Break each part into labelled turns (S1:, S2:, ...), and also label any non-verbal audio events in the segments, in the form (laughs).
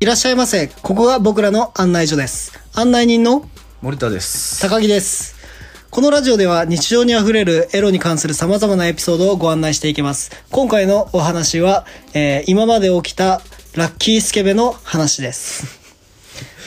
S1: いらっしゃいませ。ここが僕らの案内所です。案内人の
S2: 森田です。
S1: 高木です。このラジオでは日常にあふれるエロに関する様々なエピソードをご案内していきます。今回のお話は、えー今まで起きたラッキースケベの話です。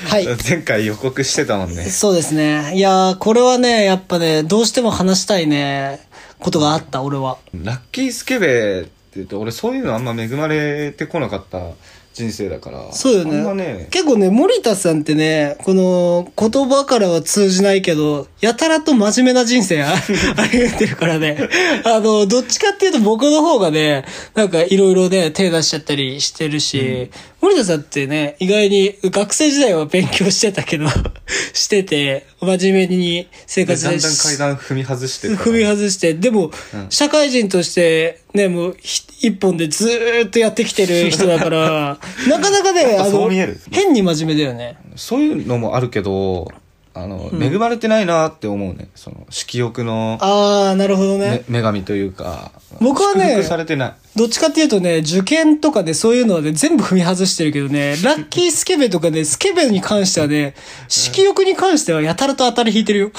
S1: はい。
S2: 前回予告してたもんね。
S1: そうですね。いやー、これはね、やっぱね、どうしても話したいね、ことがあった、俺は。
S2: ラッキースケベって言って、俺そういうのあんま恵まれてこなかった人生だから。
S1: そうよ
S2: あんま
S1: ね
S2: ね、
S1: 結構ね、森田さんってね、この言葉からは通じないけど、やたらと真面目な人生 (laughs) あ歩んでるからね。あの、どっちかっていうと僕の方がね、なんかいろいろね、手出しちゃったりしてるし、森田さんってね、意外に学生時代は勉強してたけど、 (laughs) してて、真面目に生
S2: で
S1: 活
S2: だんだん
S1: し
S2: 階段踏み外してた
S1: 踏み外して、でも、
S2: うん
S1: 社会人として、ね、もうひ、一本でずーっとやってきてる人だから、
S2: (laughs)
S1: なかなかね、
S2: や
S1: あ
S2: っぱそう
S1: の、
S2: 見える
S1: 変に真面目だよね。
S2: そういうのもあるけど、あの、恵まれてないなって思うね。その、色欲の、
S1: あー、なるほどね。
S2: ね、女神というか。
S1: 僕はね
S2: 祝福されてない。
S1: どっちかっていうとね、受験とかね、そういうのはね、全部踏み外してるけどね、ラッキースケベとかね、スケベに関してはね、色欲に関してはやたらと当たり引いてる
S2: (laughs)
S1: よ。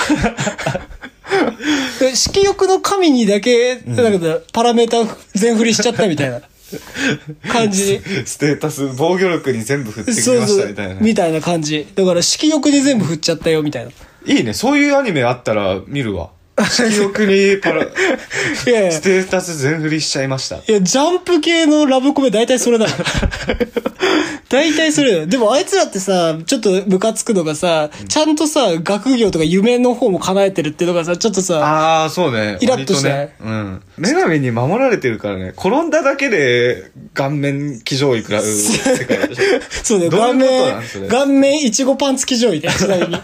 S1: で色欲の神にだけ、なんかパラメーター全振りしちゃったみたいな感じに。
S2: ステータス、防御力に全部振ってきま
S1: そうそ
S2: した
S1: う
S2: みたいな。
S1: みたいな感じ。だから、色欲に全部振っちゃったよ、みたいな。
S2: いいね。そういうアニメあったら見
S1: (laughs)
S2: るわ。色欲にパラ、
S1: いや
S2: (laughs)
S1: いや、
S2: ス
S1: い
S2: テータス全振りしちゃいました。
S1: やジャンプ系のラブコメ大体それだよ。大体それだよ。でもあいつらってさ、ちょっとムカつくのがさ、ちゃんとさ、学業とか夢の方も叶えてるっていうのがさ、ちょっとさ、
S2: ああ、そうね。
S1: イラッとして
S2: 割ね。うん。女神に守られてるからね。転んだだけで顔面騎乗位食らう世界
S1: (laughs)
S2: でしょ。
S1: そうだよ、
S2: どういう
S1: 顔
S2: こと
S1: 面
S2: なんそれ、
S1: 顔面いちごパン付き上位で、ちなみ
S2: (laughs)
S1: に。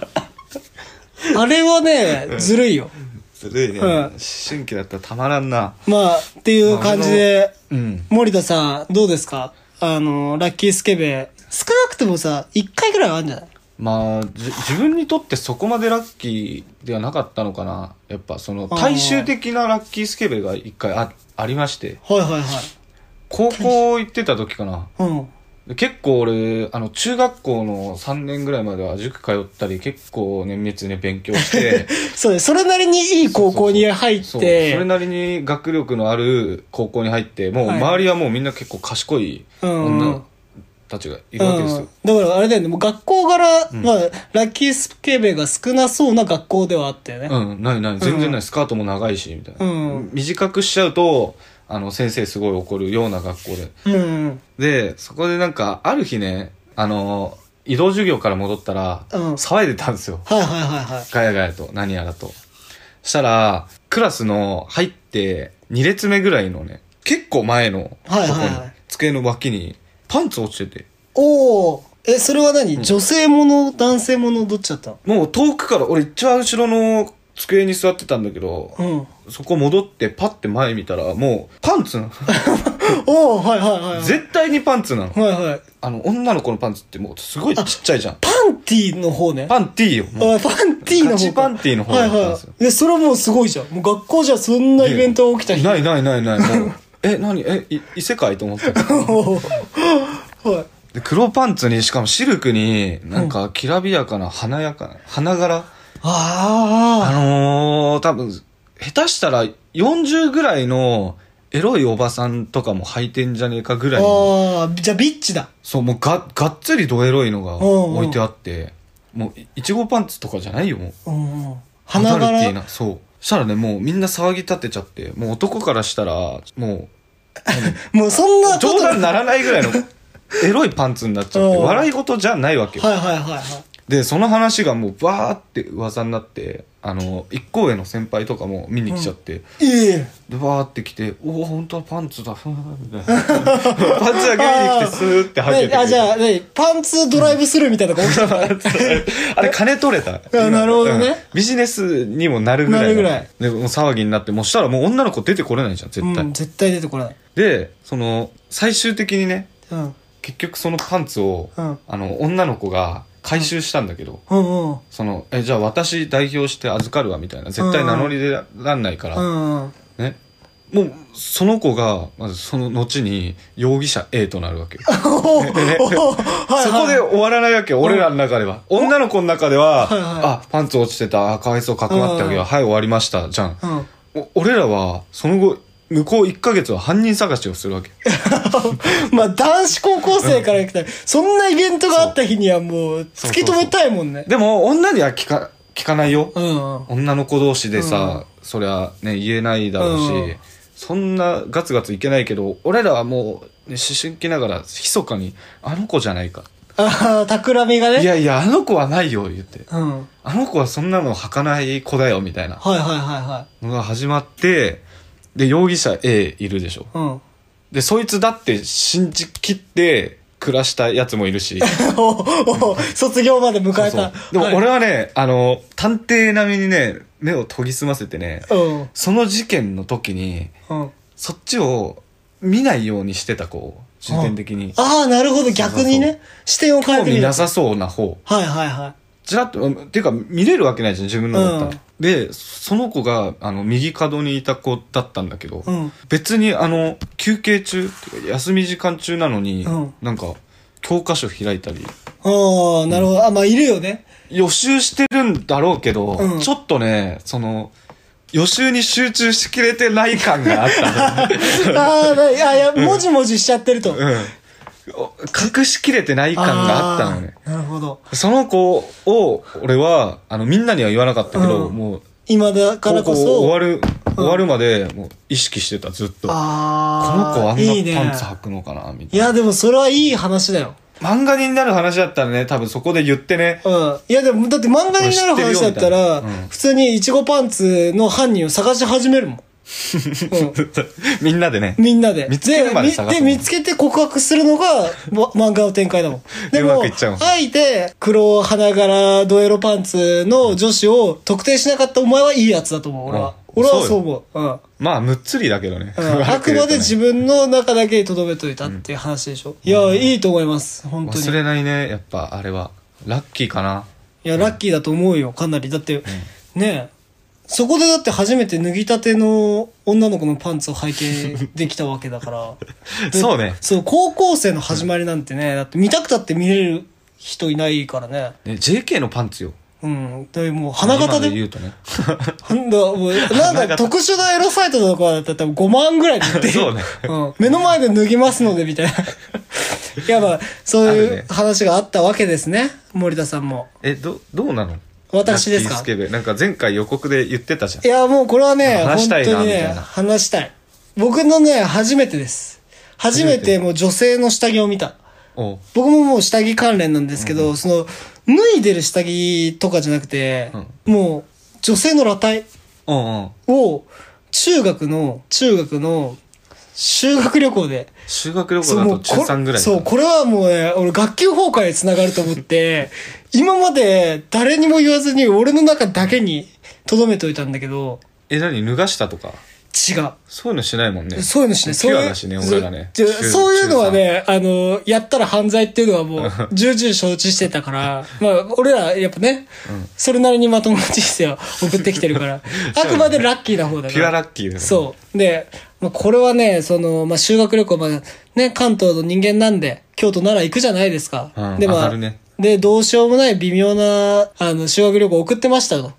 S1: あれはね、ずるいよ。
S2: ずるいね。
S1: うん
S2: 思春期だったらたまらんな。
S1: まあ、っていう感じで、
S2: うん。
S1: 森田さん、どうですかあの、ラッキースケベ。少なくともさ、一回ぐらいはあるんじゃない
S2: まあ、じ自分にとってそこまでラッキーではなかったのかな。やっぱその、
S1: あー
S2: 大衆的なラッキースケベが一回あありまして、
S1: はいはいはい。
S2: 高校行ってた時かな。
S1: うん。
S2: で結構俺、あの、中学校の3年ぐらいまでは塾通ったり、結構綿密に勉強して、
S1: そうねそれなりにいい高校に入っ
S2: そうそれ
S1: て、
S2: なりに学力のある高校に入ってもう
S1: はい
S2: 周りはもうみんな結構賢い
S1: うん
S2: 女たちがいるわけですよ、
S1: うん。だからあれだよね、もう学校柄、まあ、ラッキースケベが少なそうな学校ではあったよね。
S2: うん、ないない、全然ない、スカートも長いし、みたいな、
S1: うん
S2: 短くしちゃうと、あの、先生すごい怒るような学校で。
S1: うん。うん。
S2: で、そこでなんか、ある日ね、あの、移動授業から戻ったら、
S1: うん
S2: 騒いでたんですよ。
S1: はいはいはいはい。
S2: ガヤガヤと、何やらと。したら、クラスの入って2列目ぐらいのね、結構前のとこに、
S1: はいはいはい
S2: 机の脇にパンツ落ちてて、
S1: おお。え、それは何、女性もの、男性もの、どっちだったの
S2: もう遠くから、俺一番後ろの机に座ってたんだけど、 (laughs)
S1: うん。
S2: そこ戻ってパッて前見たら、もうパ
S1: (laughs)
S2: ンツなの。
S1: おおはいはいはい。
S2: 絶対にパンツなの。
S1: はいはい。
S2: あの、女の子のパンツってもうすごいちっちゃいじゃん。
S1: パンティーの方ね。
S2: パンティーよ。もう
S1: あパンティーの方か。
S2: ガチパンティーの方だったんですよ
S1: はいはい。で、それはもうすごいじゃん。もう学校じゃそんなイベントが起きた日。
S2: ないないないない。もうえ、何え、い異世界と思ってた。
S1: はい。
S2: で黒パンツに、しかもシルクに、なんか、きらびやかな、華やかな、花柄。あ
S1: あ
S2: のー、多分、下手したら40ぐらいの、エロいおばさんとかも履いてんじゃねえかぐ
S1: あ。
S2: らいの
S1: ああ、じゃあビッチだ。
S2: そう、もうが、がっつりドエロいのが
S1: んうん
S2: 置いてあって、もうい、いちごパンツとかじゃないよ、も
S1: う
S2: う。
S1: んうん。花
S2: アダルティ
S1: 柄。
S2: ーな、そう。したらね、もうみんな騒ぎ立てちゃって、もう男からしたら、もう、
S1: もうそんなこと
S2: 冗談
S1: はい
S2: ならない
S1: (laughs)
S2: ぐらいの、エロいパンツになっちゃって、
S1: うん
S2: 笑い事じゃないわけよ。
S1: はいはいはい。
S2: で、その話がもうバーって噂になって、あの、一行への先輩とかも見に来ちゃって、
S1: いい。
S2: で、バーって来て、おお、本当はパンツだ、 (laughs) ふーんみたいな。パンツだけ見に来て、スーってはけてくれて。
S1: あ、じゃあ、何パンツドライブスルーみたいなのが起きたの
S2: あれ金取れた。
S1: あなるほどね
S2: うんビジネスにもなるぐらいの。
S1: なるぐらい
S2: で、もう騒ぎになって、もうしたらもう女の子出てこれないじゃん、絶
S1: う
S2: 対。
S1: ん、絶対出てこない。
S2: で、その、最終的にね、
S1: うん。
S2: 結局そのパンツを、
S1: うん
S2: あの、女の子が回収したんだけど、
S1: うんうん。
S2: その、え、じ (laughs) ゃあ私代表して預かるわ、みたいな。絶対名乗り出らんないから、
S1: うんうん。
S2: ね。もう、その子が、まずその後に、容疑者 A となるわけよ。
S1: おーおーはい
S2: そこで
S1: はい
S2: 終わらないわけよ、俺らの中では。女の子の中では、
S1: はいはい
S2: あ、パンツ落ちてた、あ、かわいそう、かくまってあげよう、
S1: うん
S2: はい、終わりました、じゃん。
S1: うん
S2: お俺らは、その後、向こう1ヶ月は犯人探しをするわけ。
S1: まあ男子高校生から来たら、そんなイベントがあった日にはもう突き止めたいもんね。
S2: でも、女には聞か、聞かないよ。
S1: うんうん。
S2: 女の子同士でさ、そりゃね、言えないだろうし、
S1: うん
S2: そんなガツガツいけないけど、俺らはもう、ね、思春期ながら、密かに、あの子じゃないか。
S1: ああ、企みがね。
S2: いやいや、あの子はないよ、言って。
S1: うん。はい
S2: あの子はそんなの履かない子だよ、みたいな
S1: はいはいは
S2: のが始まって、で、容疑者 A いるでしょ。
S1: い。
S2: (laughs)
S1: うん。
S2: で、そいつだって信じきって暮らしたやつもい
S1: (laughs)
S2: るし。
S1: おお卒業まで迎えた。
S2: そうそうでも俺はね、あの、探偵並みにね、目を研ぎ澄ませてね、
S1: はい、
S2: その事件の時に、
S1: うん。うん。
S2: そっちを見ないようにしてた子を、重点的に。
S1: ああ、なるほど。逆にね。視点を変え
S2: 興
S1: てみ
S2: 味
S1: る。
S2: な
S1: はい
S2: さそうな方。
S1: はいはい。
S2: ちらっと、うんっていうか見れるわけないじゃん、自分のだったら。
S1: うん
S2: で、その子が、あの、右角にいた子だったんだけど、
S1: うん
S2: 別にあの、休憩中、っていうか休み時間中なのに、
S1: うん
S2: なんか、教科書開いたり、
S1: ああ、なるほど。あ、まあいるよね。
S2: (laughs) 予習してるんだろうけど、
S1: うん
S2: ちょっとね、その、予習に集中しきれてない感があった
S1: (laughs)
S2: ね、
S1: ああ、ないやいや、もじもじしちゃってると。
S2: うん。お隠しきれてない感があったのね。
S1: あーなるほど。
S2: その子を、俺は、あの、みんなには言わなかったけど、
S1: うん
S2: もう、
S1: 今だからこそ。
S2: 終わる、終わるまで、もう意識してた、ずっと。この
S1: ああ。
S2: 子あん
S1: いいね
S2: なパンツ履くのかな、みた
S1: い
S2: いな。
S1: や、でもそれはいい話だよ。
S2: 漫画になる話だったらね、多分そこで言ってね。 (laughs)
S1: うん。いや、でも、だって漫画になる話だったら、
S2: これ知ってるよみたいなうん
S1: 普通にイチゴパンツの犯人を探し始めるもん。うん、
S2: みんなでね。
S1: みんなで。
S2: (laughs) 見つけるまで探す
S1: でみで見つけて告白するのが、ま漫画の展開だ
S2: (laughs)
S1: もん。で
S2: うま
S1: も、
S2: くいっちゃうもん
S1: あえて、黒花柄ドエロパンツの女子を特定しなかったお前はいいやつだと思う、俺は。
S2: うん
S1: 俺はそう思う。
S2: (laughs)
S1: うん。
S2: まあ、むっつりだけどね。
S1: うんあくまで自分の中だけに留めといたっていう話でしょ。いや、いいと思います。本当に。
S2: 忘れないね、やっぱ、あれは。ラッキーかな。
S1: いや、ラッキーだと思うよ、かなり。だって、ねえ。そこでだって初めて脱ぎたての女の子のパンツを履いてできたわけだ
S2: (laughs)
S1: から。で
S2: そうね
S1: そう、高校生の始まりなんてね、だって見たくたって見れる人いないからね。
S2: ね JK のパンツよ。
S1: うん。で、もう花形
S2: 今
S1: で、
S2: 言うとね。
S1: なんだ、もう、なん
S2: 花
S1: か
S2: 形
S1: 特殊なエロサイトとかだったら多分5万ぐらい (laughs) で売ってる
S2: (laughs) そうね
S1: うん。目の前で脱ぎますので、みたいな。 (laughs) いや、まあ、そう
S2: ある
S1: いう
S2: ね
S1: 話があったわけですね。森田さんも。
S2: え、ど、どうなの
S1: 私ですか
S2: ラッキースケベ。なんか前回予告で言ってたじゃん
S1: い。や、もうこれはね、
S2: 話
S1: 本
S2: し
S1: 当
S2: たいな
S1: にね
S2: みたい、な
S1: 話したい。僕のね、初めてです。初め
S2: 初め
S1: てもう女性の下着を見た。
S2: おう
S1: 僕ももう下着関連なんですけど、その、脱いでる下着とかじゃなくて、もう、女性の裸体
S2: うんうん。
S1: を、中学の、中学の、修学旅行で、
S2: 修学旅行
S1: そう
S2: だ
S1: も
S2: と
S1: う
S2: 中
S1: こ
S2: 3ぐらいだ
S1: そう、これはもうね、俺学級崩壊につながると思って、今まで誰にも言わずに俺の中だけに留めといたんだけど、
S2: え、何脱がしたとか
S1: 違う。
S2: そういうのしないもんね。
S1: そういうのしね、そ
S2: ピ
S1: う
S2: ュア
S1: いう。
S2: だしね、俺らね。
S1: そう
S2: 中
S1: そういうのはね、あの、やったら犯罪っていうのは
S2: (laughs)
S1: もう、重々承知してたから、まあ、俺ら、やっぱね、それなりにまともな人生を送ってきてる
S2: (laughs)
S1: から、あくまでラッキーな方だから。
S2: 中ピュアラッキーだよね。
S1: そう。で、まあ、これはね、その、まあ、修学旅行、まあ、ね、関東の人間なんで、京都なら行くじゃないですか。
S2: うん
S1: で、
S2: 上
S1: ま
S2: が
S1: あ、
S2: るね
S1: で、どうしようもない微妙な、あの、修学旅行送ってましたと。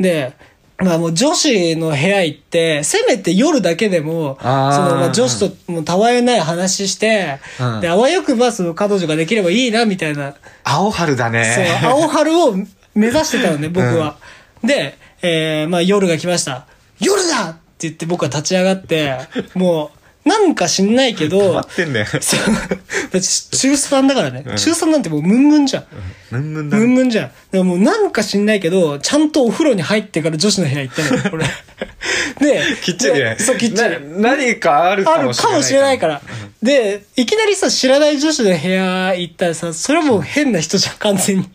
S1: で、まあもう女子の部屋行って、せめて夜だけでも、その
S2: あー
S1: まあ女子ともうたわいない話して、
S2: うん
S1: で、あわよくばその彼女ができればいいな、みたいな
S2: 青春だ
S1: そう
S2: ね。、
S1: 青春を目指してたの (laughs) ね、僕は。で、えー、まあ夜が来ました。夜だって言って僕は立ち上がって、もう、なんか知んないけ
S2: 溜
S1: (laughs)
S2: ま
S1: ど
S2: っ、てんね。
S1: そうだって中3だからね。中3なんてもうムンムンじゃん。
S2: ムンムンだ
S1: ムン
S2: ね。
S1: ムンじゃん。でももうなんか知んないけど、ちゃんとお風呂に入ってから女子の部屋行ったの (laughs) よ、俺。で、
S2: きっちりね。
S1: そう、きっちり。
S2: な何かある
S1: あ
S2: か
S1: る
S2: もしれない。
S1: かもしれないから。。で、いきなりさ、知らない女子の部屋行ったらさ、それはもう変な人じゃん、完全に。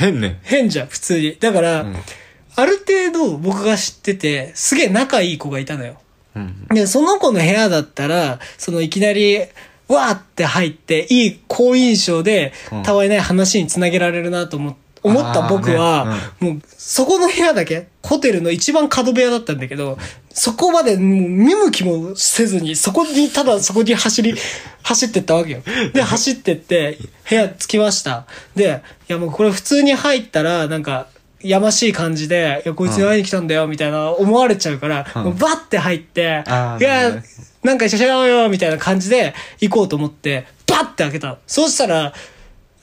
S2: 変ね。
S1: 変じゃん、普通に。だから、ある程度僕が知ってて、すげえ仲いい子がいたのよ。
S2: うん。
S1: で、その子の部屋だったら、そのいきなり、わーって入って、いい好印象で
S2: ん、
S1: たわいない話につなげられるなと思思った僕は、
S2: あーね
S1: もう、そこの部屋だけ、ホテルの一番角部屋だったんだけど、そこまでもう見向きもせずに、そこに、ただそこに走り、走ってったわけよ。
S2: (laughs)
S1: で、走ってって、部屋着きました。で、いやもうこれ普通に入ったら、なんか、やましい感じで、いや、こいつに会いに来たんだよ、みたいな思われちゃうから、
S2: うん
S1: もうバッて入って、
S2: あ
S1: い
S2: ーなる
S1: や
S2: ほどね、
S1: なんか一緒にしようよ、みたいな感じで行こうと思って、バッて開けたの。そうしたら、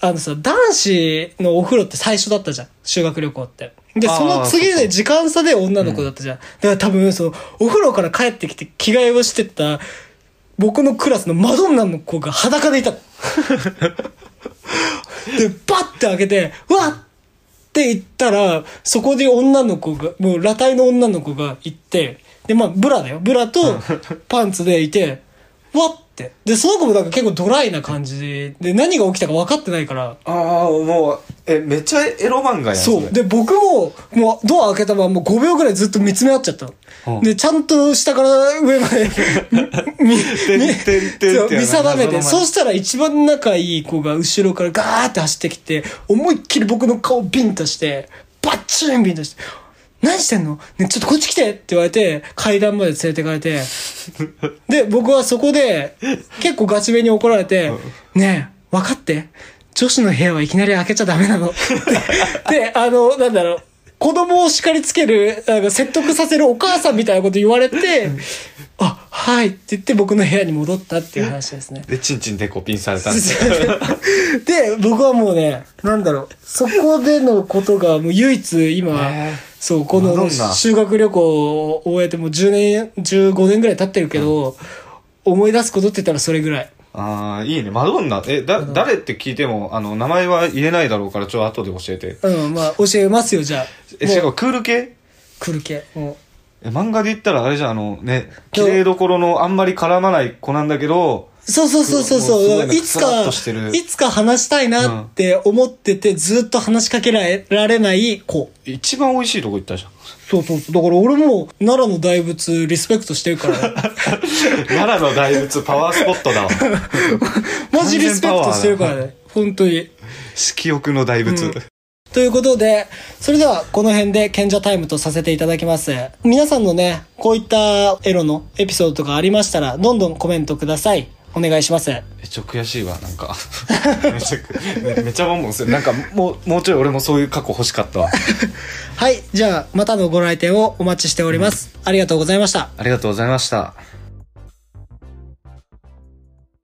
S1: あのさ、男子のお風呂って最初だったじゃん。修学旅行って。で、
S2: あー
S1: その次で時間差で女の子だったじゃん。だから多分、その、お風呂から帰ってきて着替えをしてった、僕のクラスのマドンナの子が裸
S2: (laughs)
S1: でいたの。で、バッて開けて、うわっって言ったら、そこで女の子が、もう裸体の女の子が行って、で、まあ、ブラだよ。ブラ
S2: (laughs)
S1: とパンツでいて、わって。で、その子もなんか結構ドライな感じで、何が起きたか分かってないから、
S2: ああ、もう、え、めっちゃエロ漫画やん。
S1: そ
S2: れ
S1: う。で、僕も、もう、ドア開けたまま、もう5秒ぐらいずっと見つめ合っちゃったの。
S2: うん
S1: で、ちゃんと下から上まで、 (laughs) み、み、
S2: てんてんてん
S1: そ
S2: って
S1: う
S2: やな
S1: 見定め
S2: 謎の前
S1: て、そうしたら一番仲いい子が後ろからガーって走ってきて、思いっきり僕の顔ビンタして、バッチュンビンタして、何してんのね、ちょっとこっち来てって言われて、階段まで連れてかれて、で、僕はそこで、結構ガチめに怒られて、ねえ、分かって。女子の部屋はいきなり開けちゃダメなの。で、であの、なんだろう、子供を叱りつける、なんか説得させるお母さんみたいなこと言われて、あ、はいって言って僕の部屋に戻ったっていう話ですね。
S2: で、チンチンでこうピンされたんです
S1: で、僕はもうね、なんだろう、そこでのことがもう唯一今、
S2: へえ
S1: そう、こ
S2: マドン
S1: の
S2: ナ
S1: 修学旅行を終えてもう10年、15年ぐらい経ってるけど、思い出すことって言ったらそれぐらい。
S2: ああ、いいね。マドンナ。え、だ、誰って聞いても、あの、名前は言えないだろうから、ちょ、後で教えて。
S1: うん、まあ、教えますよ、じゃあ。
S2: え、
S1: もう
S2: 違う、クール系
S1: 来る系。も
S2: え漫画で言ったら、あれじゃん、あのね、綺麗どころのあんまり絡まない子なんだけど、
S1: うそうそうそうそう
S2: もうすご
S1: そ。
S2: いうなん
S1: い
S2: か
S1: つ
S2: スラッ
S1: か
S2: としてる、
S1: いつか話したいなって思ってて、ずっと話しかけられられない子。
S2: 一番美味しいとこ行ったじゃん。 (laughs)
S1: そうそうそう。だから俺も、奈良の大仏リスペクトしてるから。
S2: 奈良の大仏パワースポットだわ。
S1: マジリスペクトしてるからね。本当に。
S2: 色欲の大仏。
S1: ということで、それではこの辺で賢者タイムとさせていただきます。皆さんのね、こういったエロのエピソードとかありましたら、どんどんコメントください。お願いします。
S2: めっちゃ悔しいわ、なんか。 (laughs) めちゃく、めちゃボンボンする。なんか、もう、もうちょい俺もそういう過去欲しかったわ。
S1: はい、じゃあまたのご来店をお待ちしております。ありがとうございました。
S2: ありがとうございました。